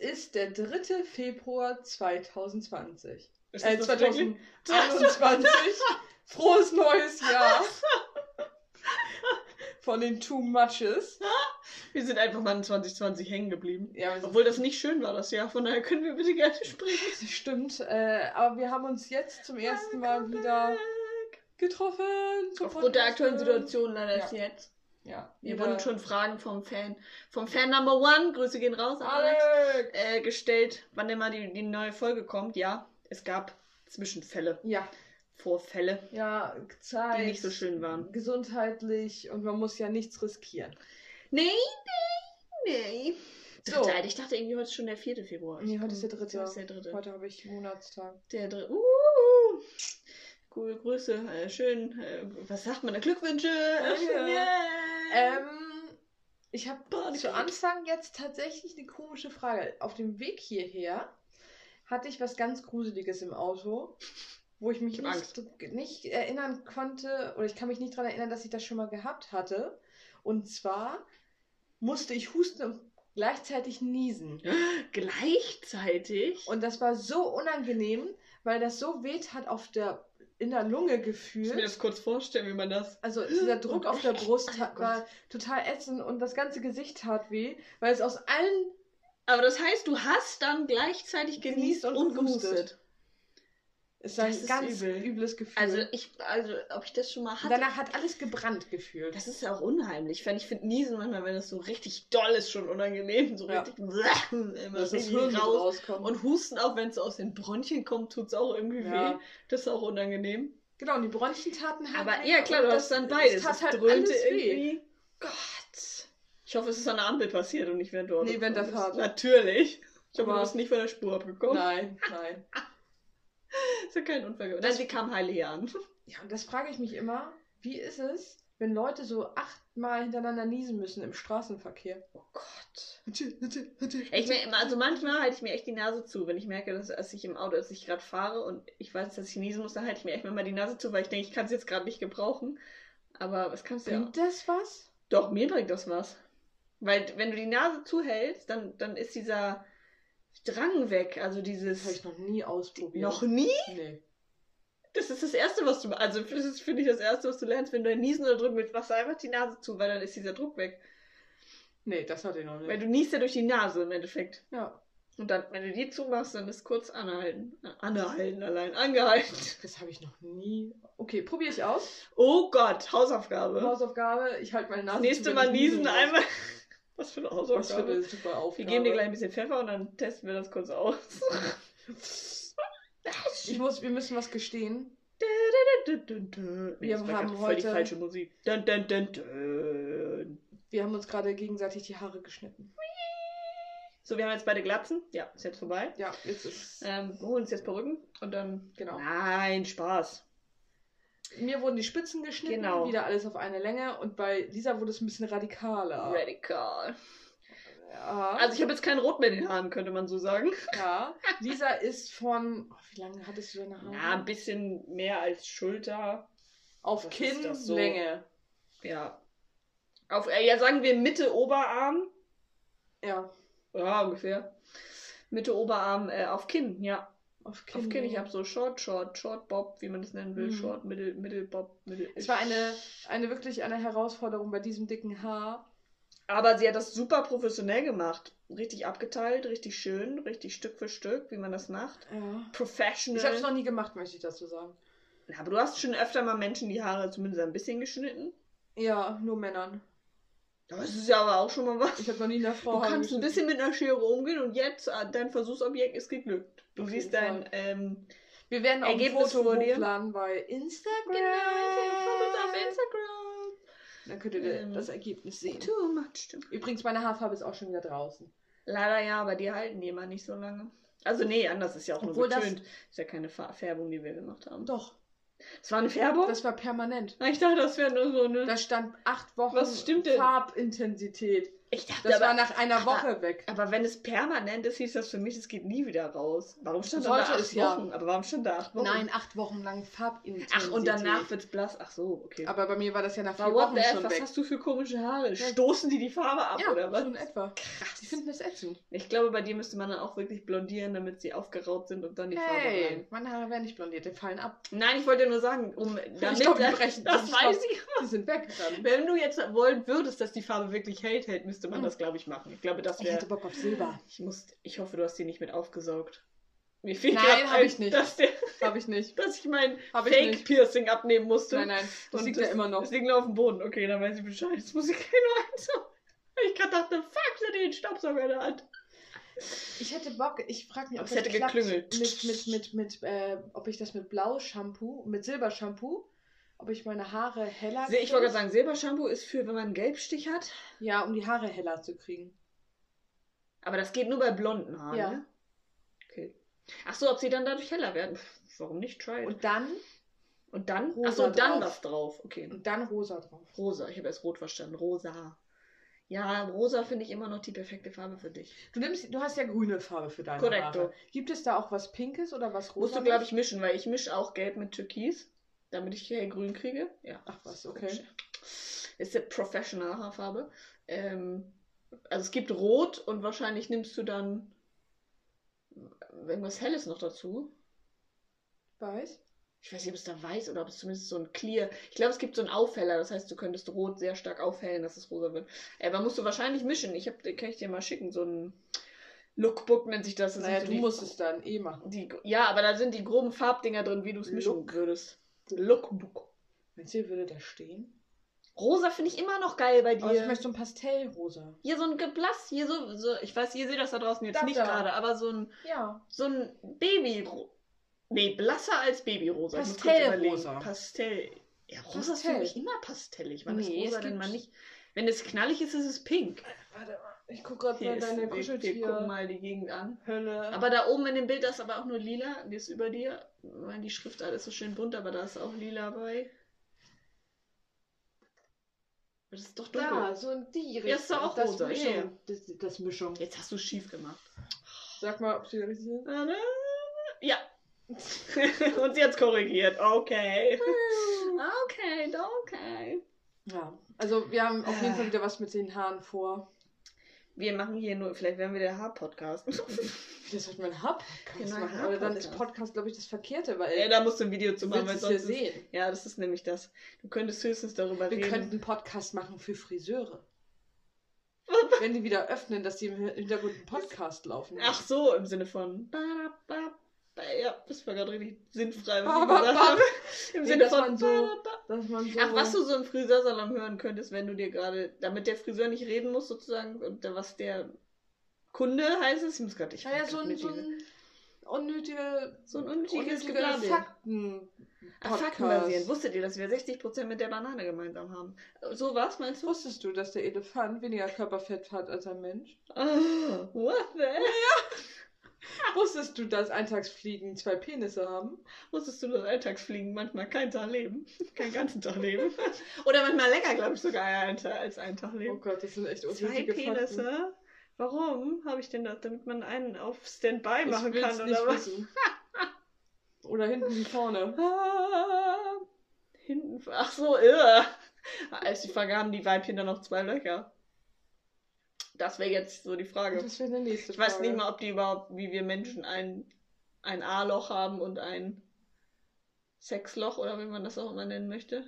ist der 3. Februar 2020. Ist das Äh, das 2021. Frohes neues Jahr. Von den Two Muches. Ding? Wir sind einfach mal in 2020 hängen geblieben. Ja, wir sind- Obwohl das nicht schön war, das Jahr. Von daher können wir bitte gerne sprechen. Das stimmt, äh, aber wir haben uns jetzt zum ersten Mal wieder getroffen. zum Aufgrund der Podcasten. aktuellen Situation leider erst jetzt. Ja. Mir jeder- wurden schon Fragen vom Fan, vom Fan Number One, Grüße gehen raus, Alex, Alex! äh, gestellt, wann denn mal die, die neue Folge kommt. Ja, es gab Zwischenfälle, Ja, Vorfälle, ja, die Zeit. nicht so schön waren. Gesundheitlich und man muss ja nichts riskieren. Nee, nee, nee. So. Dritter, ich dachte irgendwie, heute ist schon der 4. Februar. Nee, heute ist der dritte. Heute ist der dritte. Heute habe ich Monatstag. Der dritte. Uh, cool, Grüße, äh, schön. Äh, was sagt man? da? Glückwünsche. äh, Danke. Yeah. Ähm, ich habe Body zu Count. Anfang jetzt tatsächlich eine komische Frage. Auf dem Weg hierher hatte ich was ganz Gruseliges im Auto, wo ich mich Ich hab nicht, nicht erinnern konnte, oder ich kann mich nicht daran erinnern, dass ich das schon mal gehabt hatte. Und zwar musste ich husten und gleichzeitig niesen. Gleichzeitig. Und das war so unangenehm, weil das so weht hat auf der, in der Lunge ich muss mir gefühlt. das kurz vorstellen, wie man das. Also dieser Druck auf der Brust Oh hat, Gott. war total ätzend und das ganze Gesicht tat weh, weil es aus allen Aber das heißt, du hast dann gleichzeitig genießt Genießt und und, gehustet. gehustet. ist ein Das ist ganz übel. übles Gefühl. Also ich, also ob ich das schon mal hatte. Und danach hat alles gebrannt gefühlt. das ist ja auch unheimlich. Wenn ich finde Niesen manchmal, wenn das so richtig doll ist, schon unangenehm, so Ja. richtig immer das Hirn mit raus. rauskommt. Und Husten auch, wenn es aus den Bronchien kommt, tut es auch irgendwie Ja. weh. Das ist auch unangenehm. genau, und die Bronchien taten halt Aber weh ja, klar, und du hast das- dann beides. Es tat Es halt dröhnte alles weh. irgendwie. Gott. Ich hoffe, es ist an der Ampel passiert und nicht während du Auto Nee, während der gefahren bist. Fahrt. Natürlich. Ich hoffe, Aber- du bist nicht von der Spur abgekommen. Nein, nein. Ist ja kein Unfall gewesen. Das- Also, die kam heile hier an. Ja, und das frage ich mich immer, wie ist es, wenn Leute so achtmal hintereinander niesen müssen im Straßenverkehr? Oh Gott. Ich Ich mir, also manchmal halte ich mir echt die Nase zu, wenn ich merke, dass als ich im Auto, als ich gerade fahre und ich weiß, dass ich niesen muss, dann halte ich mir echt mal die Nase zu, weil ich denke, ich kann es jetzt gerade nicht gebrauchen. Aber was kannst du ja. Bringt das was? Doch, mir bringt das was. Weil wenn du die Nase zuhältst, dann, dann ist dieser Drang weg. Also Das habe ich dieses noch nie ausprobiert. noch nie. Nee. Das ist das Erste, was du. Also das ist, finde ich, das Erste, was du lernst, wenn du ein Niesen oder drücken willst, machst du einfach die Nase zu, weil dann ist dieser Druck weg. Nee, das hatte ich noch Weil nicht. du niest ja durch die Nase im Endeffekt. Ja, Und dann, wenn du die zumachst, dann ist kurz anhalten. Äh, Anhalten allein. Angehalten. das habe ich noch nie. Okay, probiere ich aus. Oh Gott, Hausaufgabe. Hausaufgabe, ich halte meine Das Nase. nächste zu, Mal wenn ich niesen muss. einmal. Was für eine Was für Hausaufgabe. eine super Aufgabe. Wir geben dir gleich ein bisschen Pfeffer und dann testen wir das kurz aus. Ich muss, wir müssen was gestehen. Wir Wir haben haben voll die heute- falsche Musik. Dun, dun, dun, dun. Wir haben uns gerade gegenseitig die Haare geschnitten. So, wir haben jetzt beide Glatzen. Ja, ist jetzt vorbei. Ja, jetzt ist. Ähm, wir holen uns jetzt Perücken und dann. Genau. Nein, Spaß. Mir wurden die Spitzen geschnitten, Genau. wieder alles auf eine Länge und bei Lisa wurde es ein bisschen radikaler. Radical. Ja. Also, ich habe jetzt kein Rot mehr in den Haaren, könnte man so sagen. ja. Lisa ist von. Oh, wie lange hattest du deine Haare? Ja, ein bisschen mehr als Schulter. auf Was ist das so? Kinnlänge. Ja. Auf, äh, ja, sagen wir Mitte Oberarm. Ja, Ja, ungefähr. Mitte Oberarm äh, auf Kinn, ja. auf Kinnlänge. Auf Kinn, ich habe so Short, Short, Short Bob, wie man das nennen will. Mhm. Short, Mittel, Mittel Bob, äh, Mittel. Es war eine, eine wirklich eine Herausforderung bei diesem dicken Haar. Aber sie hat das super professionell gemacht. Richtig abgeteilt, richtig schön, richtig Stück für Stück, wie man das macht. Ja. Professional. Ich habe es noch nie gemacht, möchte ich dazu sagen. Ja, Aber du hast schon öfter mal Menschen die Haare zumindest ein bisschen geschnitten. Ja, nur Männern. Das ist ja aber auch schon mal was. Ich habe noch nie einer Frau Du Haare kannst ein geschnitten. bisschen mit einer Schere umgehen und jetzt äh, dein Versuchsobjekt ist geglückt. Du Auf siehst jeden dein ähm, Wir werden auch Ergebnis ein Foto vor dir. hochladen bei Instagram. Genau, ich hab Fotos auf Instagram. Dann könnt ihr Ähm, das Ergebnis sehen. Too much to Übrigens, meine Haarfarbe ist auch schon wieder draußen. Leider ja, aber die halten die immer nicht so lange. Also nee, anders ist ja auch Obwohl nur das- getönt. Ist ja keine Fa- Färbung, die wir gemacht haben. Doch, Es war eine Färbung? das war permanent. Na, ich dachte, das wäre nur so eine... Da stand acht Wochen Was stimmt denn? Farbintensität. Ich dachte Das aber, war nach einer aber- Woche weg. ne-, aber wenn es permanent ist, hieß das für mich, es geht nie wieder raus. Warum stand da Sollte acht es ja. Wochen? Aber warum stand da acht Wochen? Nein, acht Wochen lang Farbintensität. Ach, und danach wird's blass. Ach so, okay. Aber bei mir war das ja nach War vier what Wochen the F, schon was weg. hast du für komische Haare? Stoßen die die Farbe ab ja, oder was? schon etwa. Krass. Die finden das ätzend. Ich glaube, bei dir müsste man dann auch wirklich blondieren, damit sie aufgeraut sind und dann die Farbe Hey, rein. meine Haare werden nicht blondiert, die fallen ab. Nein, ich wollte nur sagen, um damit glaub, die das, brechen- das die weiß stoppen. ich. Die sind weg dann. Wenn du jetzt wollen würdest, dass die Farbe wirklich hält, hält, müsste man Hm. das, glaube ich, machen. Ich glaube, das Ich hätte wäre. Bock auf Silber. Ich muss. Ich hoffe, du hast die nicht mit aufgesaugt. Mir fiel Nein, grad hab ein, ich nicht. Dass, der, Habe ich nicht. dass ich mein Hab ich nicht. Fake-Piercing abnehmen musste. Nein, nein, das Und liegt ja immer noch. Das liegt nur auf dem Boden. Okay, dann weiß ich Bescheid. Jetzt muss ich keine einsaugen. Ich gerade dachte, fuck, sie hat den Staubsauger in der Hand. Ich hätte Bock, ich frage mich, Aber ob das es Oh, hätte klappt geklüngelt. Mit, mit, mit, mit, äh, ob ich das mit Blau-Shampoo, mit Silber-Shampoo, ob ich meine Haare heller Ich wollte gerade sagen, Silbershampoo ist für, wenn man einen Gelbstich hat. Ja, um die Haare heller zu kriegen. Aber das geht nur bei blonden Haaren. Ja. Ne? Okay. Ach so, ob sie dann dadurch heller werden. Pff, warum nicht try it? Und, Und dann, dann? Rosa Ach so, dann drauf. was drauf. Okay. und dann rosa drauf. Rosa. Ich habe erst rot verstanden. Rosa. Ja, rosa finde ich immer noch die perfekte Farbe für dich. Du nimmst, du hast ja grüne Farbe für deine Korrekto. Haare. Gibt es da auch was Pinkes oder was Rosa? Musst du, glaube ich, mischen, weil ich mische auch Gelb mit Türkis, damit ich hell grün kriege. Ja. Ach was, okay. Ist ja professional Haarfarbe. Ähm, also es gibt Rot und wahrscheinlich nimmst du dann irgendwas Helles noch dazu. Weiß? Ich weiß nicht, ob es da weiß oder ob es zumindest so ein Clear. Ich glaube, es gibt so einen Aufheller. Das heißt, du könntest Rot sehr stark aufhellen, dass es rosa wird. Äh, Aber musst du wahrscheinlich mischen. Ich hab, kann ich dir mal schicken. So ein Lookbook nennt sich das. das Naja, sind du so die- musst es dann eh machen. Die, ja, aber da sind die groben Farbdinger drin, wie du es mischen Look. würdest. Lookbook. Meinst du, hier würde da stehen? Rosa finde ich immer noch geil bei dir. Aber ich möchte so ein Pastellrosa. Hier so ein Geblass, hier so, so ich weiß, ihr seht das da draußen jetzt Da, nicht da. gerade, aber so ein, Ja. so ein Baby. Nee, blasser als Babyrosa. Ich muss kurz Pastellrosa. überlegen. Pastell. Ja, Rosa ist für Pastell. mich immer pastellig. Wann Nee, ist Rosa es denn gibt- mal nicht? Wenn es knallig ist, ist es pink. Warte mal. Ich gucke gerade Hier mal ist, deine wir, wir gucken Kuscheltier. mal die Gegend an. Hölle. Aber da oben in dem Bild, das ist aber auch nur lila. Die ist über dir. Weil die Schriftart ist so schön bunt, aber da ist auch lila bei. Das ist doch dunkel. Da, so in die Richtung. Ja, ist doch auch das rosa, ja, ja. Mischung. Das, das Mischung. Jetzt hast du schief gemacht. Sag mal, ob sie richtig sind. Ja. Und sie hat's korrigiert. Okay. Okay, okay. Ja. Also wir haben auf jeden Ah. Fall wieder was mit den Haaren vor. Wir machen hier nur, vielleicht werden wir der Haar-Podcast. Das sollte man Hub Genau, genau, machen. Aber dann ist Haarpodcast. Podcast, glaube ich, das Verkehrte, weil Ey, da musst du ein Video zu du machen, willst weil es ja sonst. Ist, sehen. ja, das ist nämlich das. Du könntest höchstens darüber Wir reden. könnten einen Podcast machen für Friseure. Wenn die wieder öffnen, dass die im Hintergrund einen Podcast laufen. Ach so, im Sinne von. Ja, das war gerade richtig sinnfrei, was Ba, ich ba, gesagt ba. habe. Im Nee, Sinne dass von. man so- ba, Dass man so Ach, was du so im Friseursalon hören könntest, wenn du dir gerade, damit der Friseur nicht reden muss sozusagen und da was der Kunde heißt es, ich muss gerade, ich Naja, hab so grad ein, mit so diese- ein unnötige, so ein unnötiges unnötige Geblabel. Fakten. Ach, faktenbasiert. Wusstet ihr, dass wir 60% mit der Banane gemeinsam haben? So was meinst du? Wusstest du, dass der Elefant weniger Körperfett hat als ein Mensch? Ah, what the hell? Wusstest du, dass Eintagsfliegen zwei Penisse haben? Wusstest du, dass Alltagsfliegen manchmal keinen Tag leben? Keinen ganzen Tag leben? Oder manchmal länger, glaube ich, sogar ein Tag- als einen Tag Oh leben. Gott, das sind echt Zwei unnötige Fakten. Penisse? Warum habe ich denn das? Damit man einen auf Standby Ich machen will's kann nicht oder was? wissen. Oder hinten wie vorne. Ah, Hinten. Ach so, irre. Als die Frage haben die Weibchen dann noch zwei Löcher. Das wäre jetzt so die Frage. Das wäre eine nächste Ich Frage. weiß nicht mal, ob die überhaupt, wie wir Menschen, ein, ein A-Loch haben und ein Sexloch oder wie man das auch immer nennen möchte.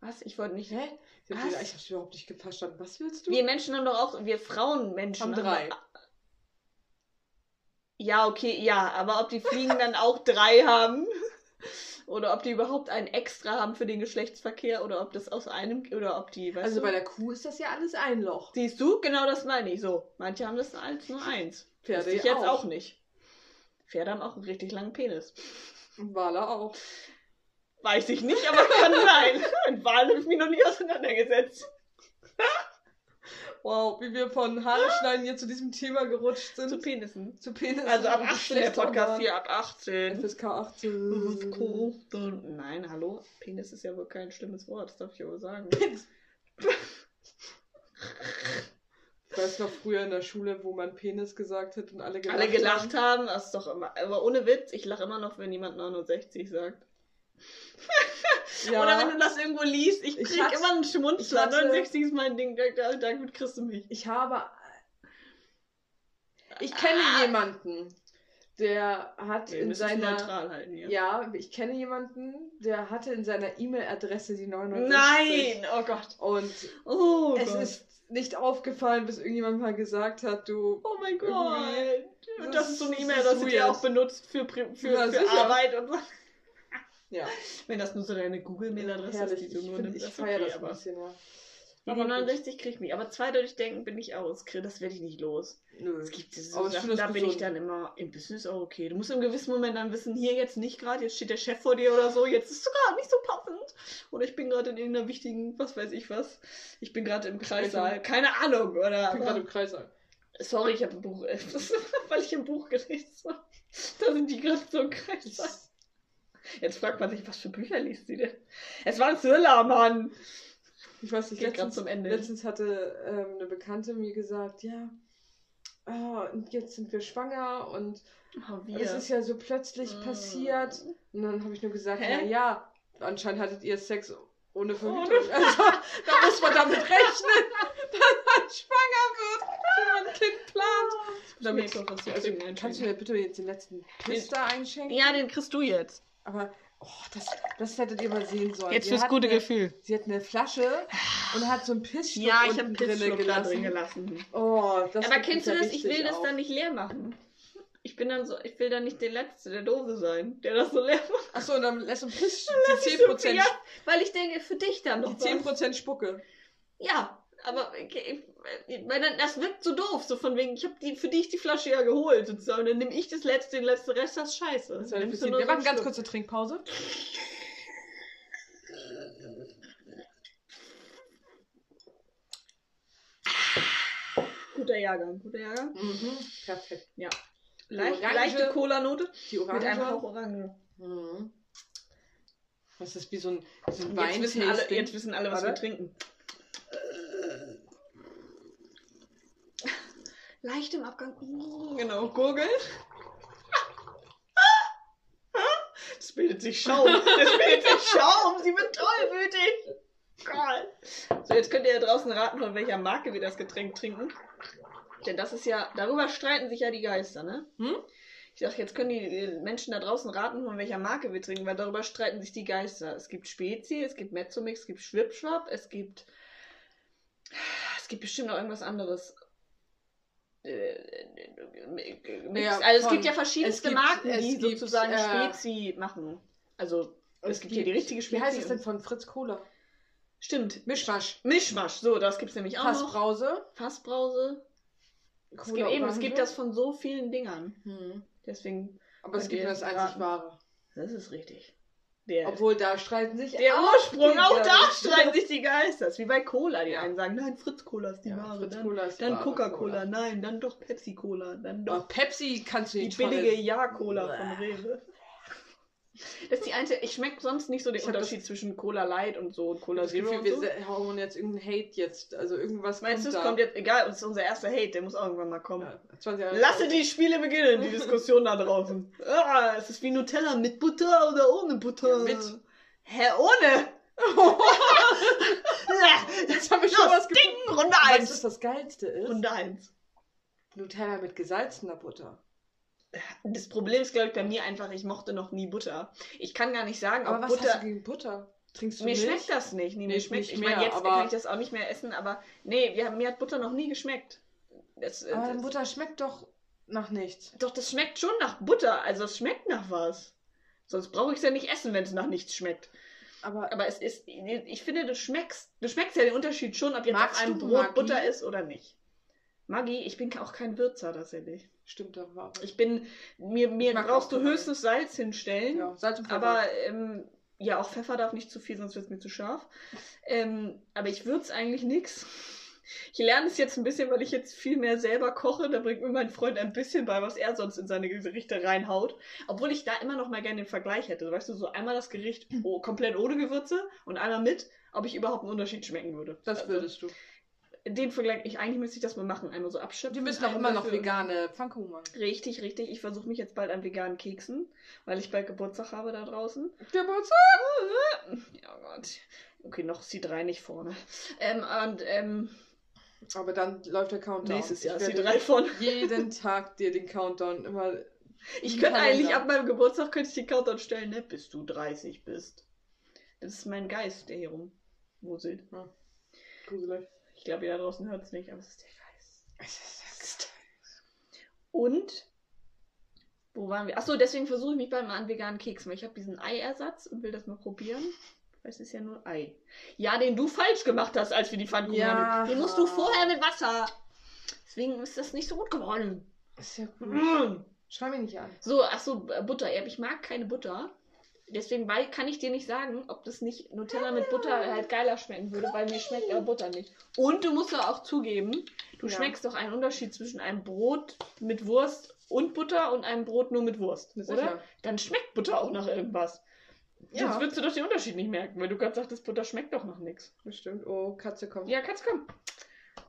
Was? Ich wollte nicht. Hä? Ich Was? hab gedacht, ich hab's überhaupt nicht verstanden. Was willst du? Wir Menschen haben doch auch, wir Frauenmenschen haben drei. Ja, okay, ja, aber ob die Fliegen dann auch drei haben oder ob die überhaupt einen extra haben für den Geschlechtsverkehr oder ob das aus einem oder ob die, weißt Also du? bei der Kuh ist das ja alles ein Loch. Siehst du, genau das meine ich. So, manche haben das als nur eins. Pferde Wusste ich ja jetzt auch. auch nicht. Pferde haben auch einen richtig langen Penis. Wale auch. Weiß ich nicht, aber kann sein. Ein Wal habe ich mich noch nie auseinandergesetzt. Wow, wie wir von Haareschneiden hier zu diesem Thema gerutscht sind. Zu Penissen. Zu Penis. Also ab und 18 der Podcast Geschlechterorgan. hier, ab 18. FSK 18. Nein, hallo. Penis ist ja wohl kein schlimmes Wort, das darf ich ja wohl sagen. Weißt du noch früher in der Schule, wo man Penis gesagt hat und alle gelacht Alle gelacht haben, das ist doch immer. Aber ohne Witz, ich lache immer noch, wenn jemand 69 sagt. haben? Ja, Oder wenn du das irgendwo liest, ich Ich krieg hatte- immer einen Schmunzler. ich hatte- 69 ist mein Ding, da, da, da gut kriegst du mich. ich habe. Ich kenne jemanden, der hat Ah. Wir in müssen es seiner. neutral halten, ja. Ja, ich kenne jemanden, der hatte in seiner E-Mail-Adresse die 99. Nein! Oh Gott. Und Oh es Gott. ist nicht aufgefallen, bis irgendjemand mal gesagt hat, du. Oh mein Gott. Irgendwie. Und Das das ist so eine ist- E-Mail, das ist das ihr weird. auch benutzt für, Pri- für, Ja, für sicher. Arbeit und so. Ja, Wenn das nur so deine Google-Mail-Adresse ist, herrlich. die Ich, du nur find, nimmst. ich das ist feiere das ein aber, bisschen, ja. aber gut. 69 krieg ich mich. Aber zweideutig denken bin ich aus. Das werde ich nicht los. Nö. Es gibt diese Aber ich Sachen, find das da bin ich gesund. dann immer im Business auch okay. Du musst im gewissen Moment dann wissen, hier jetzt nicht gerade, jetzt steht der Chef vor dir oder so, jetzt ist sogar nicht so passend. Oder ich bin gerade in irgendeiner wichtigen, was weiß ich was. Ich bin gerade im Kreissaal. Keine Ahnung, oder? Ich bin gerade im Kreis an. Sorry, ich habe ein Buch, weil ich ein Buch gelesen habe. Da sind die gerade so im Kreissaal. Jetzt fragt man sich, was für Bücher liest sie denn? Es war ein Thriller, Mann! Ich weiß nicht, Geht grad letztens, zum Ende. letztens hatte ähm, eine Bekannte mir gesagt, ja, ah, und jetzt sind wir schwanger und Oh, es ist ja so plötzlich passiert. Und dann habe ich nur gesagt, Hä? na ja, anscheinend hattet ihr Sex ohne Verhütung. Ohne- Also, da muss man damit rechnen, dass man schwanger wird, wenn man ein Kind plant. Damit, Damit- nee, komm, Also, also, kannst du mir bitte jetzt den letzten Piss da einschenken? ja, den kriegst du jetzt. Aber oh, das, das hättet ihr mal sehen sollen. Jetzt Sie fürs hat gute eine, Gefühl. Sie hat eine Flasche und hat so einen Pissschluck Ja, ich unten habe einen Pissschluck drinne da drin gelassen. Oh, das Aber regt mich kennst du ja das? Ich richtig will das auf. dann nicht leer machen. Ich bin dann so, ich will dann nicht der Letzte, der Doofe sein, der das so leer macht. Achso, und dann lässt du Piss Lass die ich 10%, so- ja, weil ich denke, für dich dann noch die 10 Spucke. Ja, aber okay, weil dann, das wirkt so doof, so von wegen, ich habe die, für dich die Flasche ja geholt, sozusagen, dann nehme ich das letzte, den letzten Rest, das ist scheiße. Das war ein Nimmst du bisschen- nur Wir so einen machen ganz Schluck. kurze Trinkpause. Guter Jahrgang, guter Jahrgang. Mhm, perfekt. Leicht, Orange. leichte Cola-Note Die Orange. mit einem Hauch Orange. Mhm. Das ist wie so ein, so ein Jetzt wissen, alle, Weintasting. jetzt wissen alle, was Warte. wir trinken. Äh. Leicht im Abgang. Genau, gurgeln. Es bildet sich Schaum. Es bildet sich Schaum. Sie wird tollwütig. Gott. So, jetzt könnt ihr ja draußen raten, von welcher Marke wir das Getränk trinken. Denn das ist ja, darüber streiten sich ja die Geister, ne? Hm? Ich dachte, jetzt können die äh, Menschen da draußen raten, von welcher Marke wir trinken, weil darüber streiten sich die Geister. Es gibt Spezi, es gibt Mezzomix, es gibt Schwipschwap, es gibt. Es gibt bestimmt noch irgendwas anderes. Äh, äh, Naja, also es von- gibt ja verschiedenste es gibt- Marken, es die gibt, sozusagen äh, Spezi machen. Also es, Es gibt hier die gibt- richtige Spezi. Wie heißt es und- denn von Fritz Cola? Stimmt. Mischmasch. Mischmasch, so, das gibt's nämlich auch noch. Fassbrause. Fassbrause. Es gibt, Cola eben, es Orange. gibt das von so vielen Dingern. Mhm. Deswegen, Aber es Könnt gibt ihr nur das jetzt raten. einzig wahre. das ist richtig. Der Obwohl, da streiten sich Der auch Ursprung, die auch also, da Geister. streiten sich die Geister. Ist wie bei Cola, die Ja. einen sagen, nein, Fritz Cola ist die Ja, wahre. Fritz Dann, Cola ist dann wahre Coca-Cola, nein, dann doch Pepsi Cola, dann Aber doch Pepsi kannst du die nicht billige toleranz- Ja-Cola von Bäh. Rewe. Das ist die einzige, ich schmecke sonst nicht so den Ich hab Unterschied zwischen Cola Light und so und Cola Das Zero Gefühl, und wir so. se- hauen oh, jetzt irgendeinen Hate jetzt. Also irgendwas Meinst du, es kommt jetzt, egal, es ist unser erster Hate, der muss auch irgendwann mal kommen. Ja, 20 Jahre Lasse die Spiele beginnen, die Diskussion da draußen. Ah, es ist wie Nutella mit Butter oder ohne Butter. Ja, mit. Hä, ohne? Ah, Jetzt habe ich Los, schon was Ding, gefunden. Runde Weißt du, was 1. das Geilste ist? Runde 1. Nutella mit gesalzener Butter. Das Problem ist, glaube ich, bei mir einfach, ich mochte noch nie Butter. Ich kann gar nicht sagen, Aber ob was hast Butter. du gegen Butter? Trinkst du Mir Milch? schmeckt das nicht. Nee, mir Nee, schmeckt. nicht ich meine, mehr, jetzt aber- kann ich das auch nicht mehr essen, aber nee, wir, mir hat Butter noch nie geschmeckt. Das, äh, Aber das, Butter schmeckt doch nach nichts. doch, das schmeckt schon nach Butter. Also, es schmeckt nach was. Sonst brauche ich es ja nicht essen, wenn es nach nichts schmeckt. Aber Aber es ist, ich finde, du schmeckst, du schmeckst ja den Unterschied schon, ob jetzt Magst auf einem du Brot Maggi? Butter ist oder nicht. Maggi, ich bin auch kein Würzer tatsächlich. stimmt doch war. Ich bin, mir, mir Ich mag brauchst auch du Maggi. höchstens Salz hinstellen, Ja, Salz und Pfeffer. aber ähm, ja, auch Pfeffer darf nicht zu viel, sonst wird es mir zu scharf. Ähm, aber ich würze eigentlich nichts. Ich lerne es jetzt ein bisschen, weil ich jetzt viel mehr selber koche. Da bringt mir mein Freund ein bisschen bei, was er sonst in seine Gerichte reinhaut. Obwohl ich da immer noch mal gerne den Vergleich hätte. Weißt du, so einmal das Gericht Hm. oh, komplett ohne Gewürze und einmal mit, ob ich überhaupt einen Unterschied schmecken würde. das Also, würdest du. den Vergleich, ich, eigentlich müsste ich das mal machen, einmal so abschöpfen. Wir müssen auch immer einmal noch für- vegane Pfannkuchen machen. Richtig, richtig. Ich versuche mich jetzt bald an veganen Keksen, weil ich bald Geburtstag habe da draußen. Geburtstag? Ja, oh Gott. Okay, noch ist die drei nicht vorne. Ähm, und ähm, Aber dann läuft der Countdown. nächstes Jahr ich ist die werde drei vorne. jeden Tag dir den Countdown immer. Ich Im könnte Kalender. eigentlich ab meinem Geburtstag könnte ich den Countdown stellen, ne? Bis du 30 bist. Das ist mein Geist, der hier rumwuselt. Gruselig. Ich glaube, ihr da draußen hört es nicht, aber es ist der Geist. Es ist- Und wo waren wir? Achso, deswegen versuche ich mich bald mal an veganen Keksen, weil ich habe diesen Eiersatz und will das mal probieren. Weil es ist ja nur Ei. Ja, den du falsch gemacht hast, als wir die Pfannkuchen Ja. hatten. Den musst du vorher mit Wasser. Deswegen ist das nicht so gut geworden. Ist ja gut. Mm. Schau mich nicht an. So, achso, Butter. Ja, ich mag keine Butter. Deswegen wei- kann ich dir nicht sagen, ob das nicht Nutella mit Butter halt geiler schmecken würde, weil mir schmeckt aber Butter nicht. Und du musst doch auch zugeben, du Ja. schmeckst doch einen Unterschied zwischen einem Brot mit Wurst und Butter und einem Brot nur mit Wurst, Sicher. oder? Dann schmeckt Butter auch nach irgendwas. Ja. Sonst würdest du doch den Unterschied nicht merken, weil du gerade sagtest, Butter schmeckt doch nach nichts. Bestimmt. Oh, Katze kommt. Ja, Katze, komm.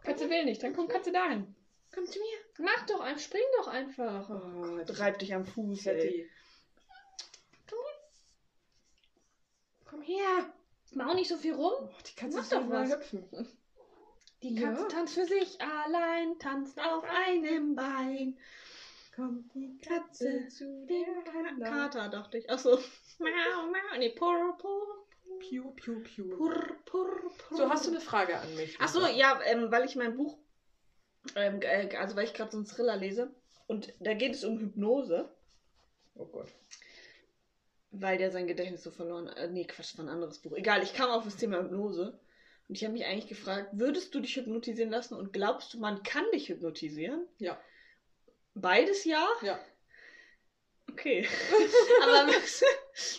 Katze will nicht, dann kommt Katze dahin. Komm zu mir. Mach doch, ein- spring doch einfach. Oh, Gott. Reib dich am Fuß, Ist ja ey. die. Komm her. Mach auch nicht so viel rum. Oh, die Katze Mach ist doch doch mal was. hüpfen. Die Ja. Katze tanzt für sich allein, tanzt auf einem Bein. Kommt die Katze Zu den genau. Kater, dachte ich. Achso. Mau, mau. Nee, purr, purr, Piu, piu, piu. purr, purr, purr. So, hast du eine Frage an mich? Achso, ja, ähm, weil ich mein Buch, ähm, äh, also weil ich gerade so einen Thriller lese und da geht es um Hypnose, Oh Gott. weil der sein Gedächtnis so verloren hat. Äh, nee, Quatsch, das war ein anderes Buch. Egal, ich kam auf das Thema Hypnose und ich habe mich eigentlich gefragt, würdest du dich hypnotisieren lassen und glaubst du, man kann dich hypnotisieren? Ja. Beides ja? Ja. Okay. Aber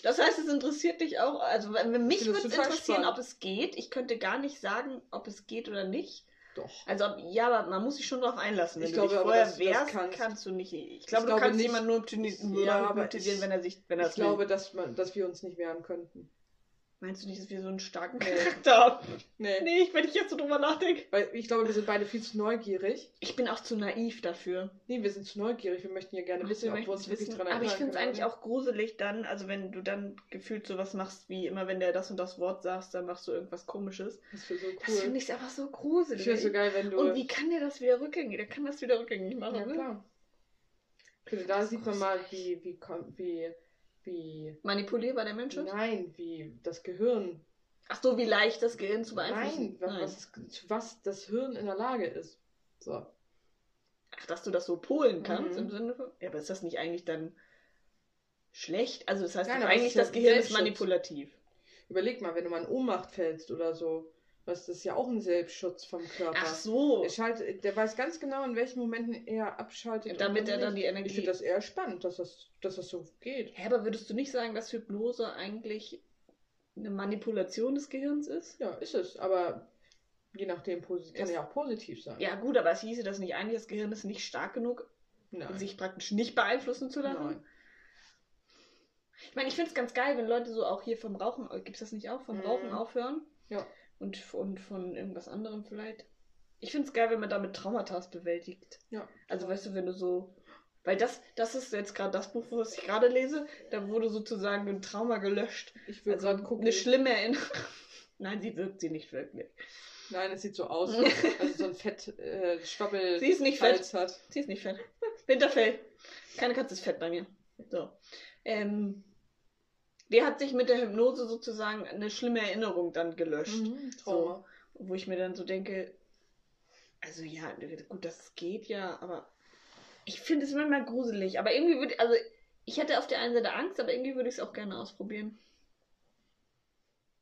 das heißt, es interessiert dich auch. Also wenn- mich Findest würde es du total interessieren, spannend. ob es geht. Ich könnte gar nicht sagen, ob es geht oder nicht. Doch. Also ob, ja, aber man muss sich schon drauf einlassen. Wenn Ich du glaube dich aber, vorher dass du das wärst, kannst. kannst. du nicht. Ich glaube, glaube du kannst nicht. jemanden nur hypnotisieren, Ja, aber hypnotisieren ich- wenn er sich, wenn er Ich es will. glaube, dass, man, dass wir uns nicht wehren könnten. Meinst du nicht, dass wir so einen starken Nee. Charakter haben? Nee. Nee, ich- wenn ich jetzt so drüber nachdenke. Weil ich glaube, wir sind beide viel zu neugierig. Ich bin auch zu naiv dafür. Nee, wir sind zu neugierig. Wir möchten ja gerne Ach, wissen, wir ob wir möchten uns es wirklich wissen. dran erinnern Aber ich finde es können, eigentlich oder? auch gruselig dann, also wenn du dann gefühlt sowas machst, wie immer wenn der das und das Wort sagst, dann machst du irgendwas komisches. Das wäre so Das cool. finde ich einfach so Ich gruselig. finde es so geil, wenn du. und wie kann der das wieder rückgängig? Der kann das wieder rückgängig machen. ja, ne? klar. Also da sieht man mal, wie, wie, kom- wie, wie, Manipulierbar der Mensch ist? nein, wie das Gehirn, Ach so, wie leicht das Gehirn zu nein, beeinflussen. was, Was, zu was das Hirn in der Lage ist. So. Ach, dass du das so polen kannst Mhm. im Sinne von. Ja, aber ist das nicht eigentlich dann schlecht? Also das heißt Nein, doch aber es eigentlich, ist ja das Gehirn ist Selbstschutz. manipulativ. Überleg mal, wenn du mal in Ohnmacht fällst oder so, was das ist ja auch ein Selbstschutz vom Körper. Ach so. Er schaltet, der weiß ganz genau, in welchen Momenten er abschaltet. und Damit wann er dann nicht. die Energie. Ich finde das eher spannend, dass das, dass das so geht. Hä, aber würdest du nicht sagen, dass Hypnose eigentlich eine Manipulation des Gehirns ist? Ja, ist es. Aber je nachdem, posi- kann Es- ja auch positiv sein. Ja, gut, aber es hieße das nicht eigentlich, das Gehirn ist nicht stark genug, um Nein. sich praktisch nicht beeinflussen zu lassen? Nein. Ich meine, ich finde es ganz geil, wenn Leute so auch hier vom Rauchen, gibt es das nicht auch, vom Mhm. Rauchen aufhören? Ja. Und, und von irgendwas anderem vielleicht. Ich finde es geil, wenn man damit Traumata bewältigt. Ja. Also, weißt du, wenn du so. Weil das, das ist jetzt gerade das Buch, was ich gerade lese, da wurde sozusagen ein Trauma gelöscht. Ich will Also gerade gucken. eine schlimme Erinnerung. Nein, sie wirkt sie nicht wirklich. Nein, es sieht so aus, als so ein fett äh, Schwabbel Sie ist nicht fett. Hals hat. Sie ist nicht fett. Winterfell. Keine Katze ist fett bei mir. So. Ähm, der hat sich mit der Hypnose sozusagen eine schlimme Erinnerung dann gelöscht. Mhm, So, Trauma. wo ich mir dann so denke, also ja, gut, das geht ja, aber ich finde es manchmal gruselig. Aber irgendwie würde, also ich hätte auf der einen Seite Angst, aber irgendwie würde ich es auch gerne ausprobieren.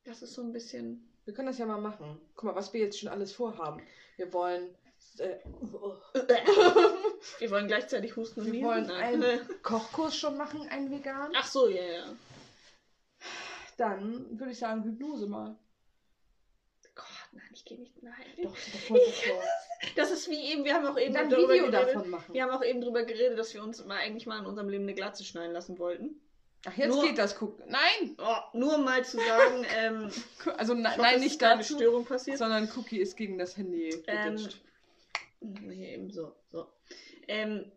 Das ist so ein bisschen. Wir können das ja mal machen. Guck mal, was wir jetzt schon alles vorhaben. Wir wollen äh, Wir wollen gleichzeitig husten und Wir niesen. wollen Nein. einen Kochkurs schon machen, einen vegan. Ach so, ja, ja. Dann würde ich sagen, Hypnose mal. Gott, nein, ich gehe nicht. Nein. Doch, sieht doch voll gut aus. Das ist wie eben, wir haben auch eben Und dann ein darüber Video geredet. davon machen. Wir haben auch eben drüber geredet, dass wir uns mal eigentlich mal in unserem Leben eine Glatze schneiden lassen wollten. Ach, jetzt Nur- geht das guck. Nein! Oh, nur um mal zu sagen, ähm, ich Also ne- hoffe, nein, es nicht ist keine dazu, Störung passiert. sondern Cookie ist gegen das Handy Ähm, geditscht. Hm, Hier eben so. so. Ähm,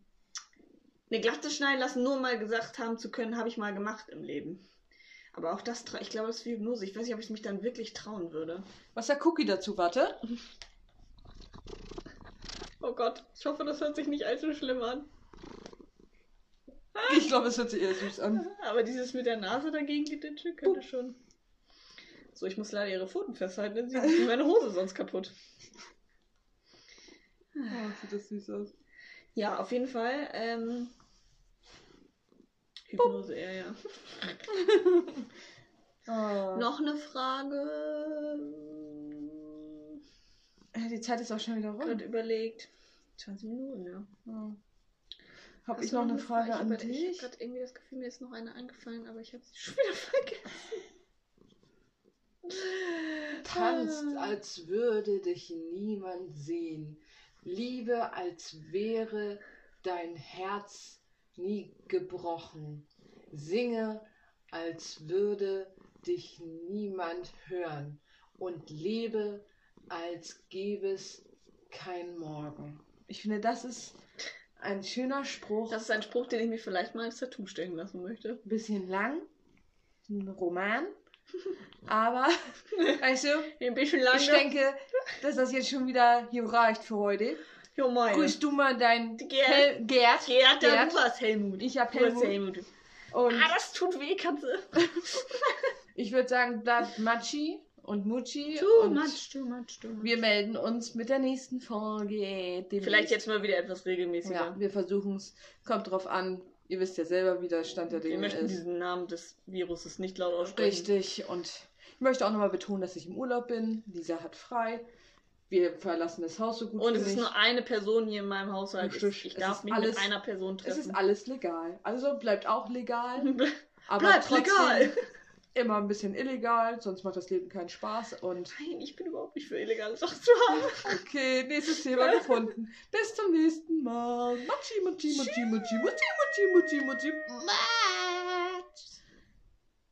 eine Glatte schneiden lassen, nur um mal gesagt haben zu können, habe ich mal gemacht im Leben. Aber auch das, tra- ich glaube, das ist wie Hypnose. Ich weiß nicht, ob ich mich dann wirklich trauen würde. Was sagt Cookie dazu? Warte. Oh Gott, ich hoffe, das hört sich nicht allzu schlimm an. Ich glaube, es hört sich eher süß an. Aber dieses mit der Nase dagegen geditsche könnte schon. So, ich muss leider ihre Pfoten festhalten, denn sie machen meine Hose sonst kaputt. Oh, sieht das süß aus. Ja, auf jeden Fall. Ähm, Hypnose, ja, ja. Oh. Noch eine Frage. Äh, Die Zeit ist auch schon wieder rum. Gerade überlegt. 20 Minuten, ja. Ja. Habe Hast Hm. ich du noch eine Frage an Ich habe dich? gerade irgendwie das Gefühl, mir ist noch eine angefallen, aber ich habe sie schon wieder vergessen. Tanzt, Ah. also. als würde dich niemand sehen. Liebe, als wäre dein Herz nie gebrochen. Singe, als würde dich niemand hören. Und lebe, als gäbe es kein Morgen. Ich finde, das ist ein schöner Spruch. Das ist ein Spruch, den ich mir vielleicht mal als Tattoo stechen lassen möchte. bisschen lang, ein Roman, aber weißt du, Ein bisschen lange. ich denke, dass das jetzt schon wieder hier reicht für heute. jo, meine. Grüß du mal dein Gerd. Hel Gerd. Gerd, da Gerd. du warst Helmut. Ich hab Du warst Helmut. Helmut. und Ah, das tut weh, Katze. ich würde sagen, bleibt Matschi und Mutschi Too und much, too much, too much. wir melden uns mit der nächsten Folge. demnächst. vielleicht jetzt mal wieder etwas regelmäßiger. Ja, wir versuchen es. Kommt drauf an. Ihr wisst ja selber, wie der Stand der wir Dinge möchten ist. diesen Namen des Viruses nicht laut aussprechen. Richtig. Und ich möchte auch nochmal betonen, dass ich im Urlaub bin. Lisa hat frei. Wir verlassen das Haus so gut Und wie es ist nicht. nur eine Person hier in meinem Haushalt. Ich, Richtig. ich Es darf ist mich alles- mit einer Person Es ist treffen. alles legal. Also bleibt auch legal. Aber Bleibt trotzdem legal. immer ein bisschen illegal, sonst macht das Leben keinen Spaß. Und Nein, ich bin überhaupt nicht für illegale Sachen zu haben. okay, nächstes Thema gefunden. Bis zum nächsten Mal. Mutschi, Mutschi, Mutschi, Mutschi, Mutschi, Mutschi, Mutschi, Mutschi.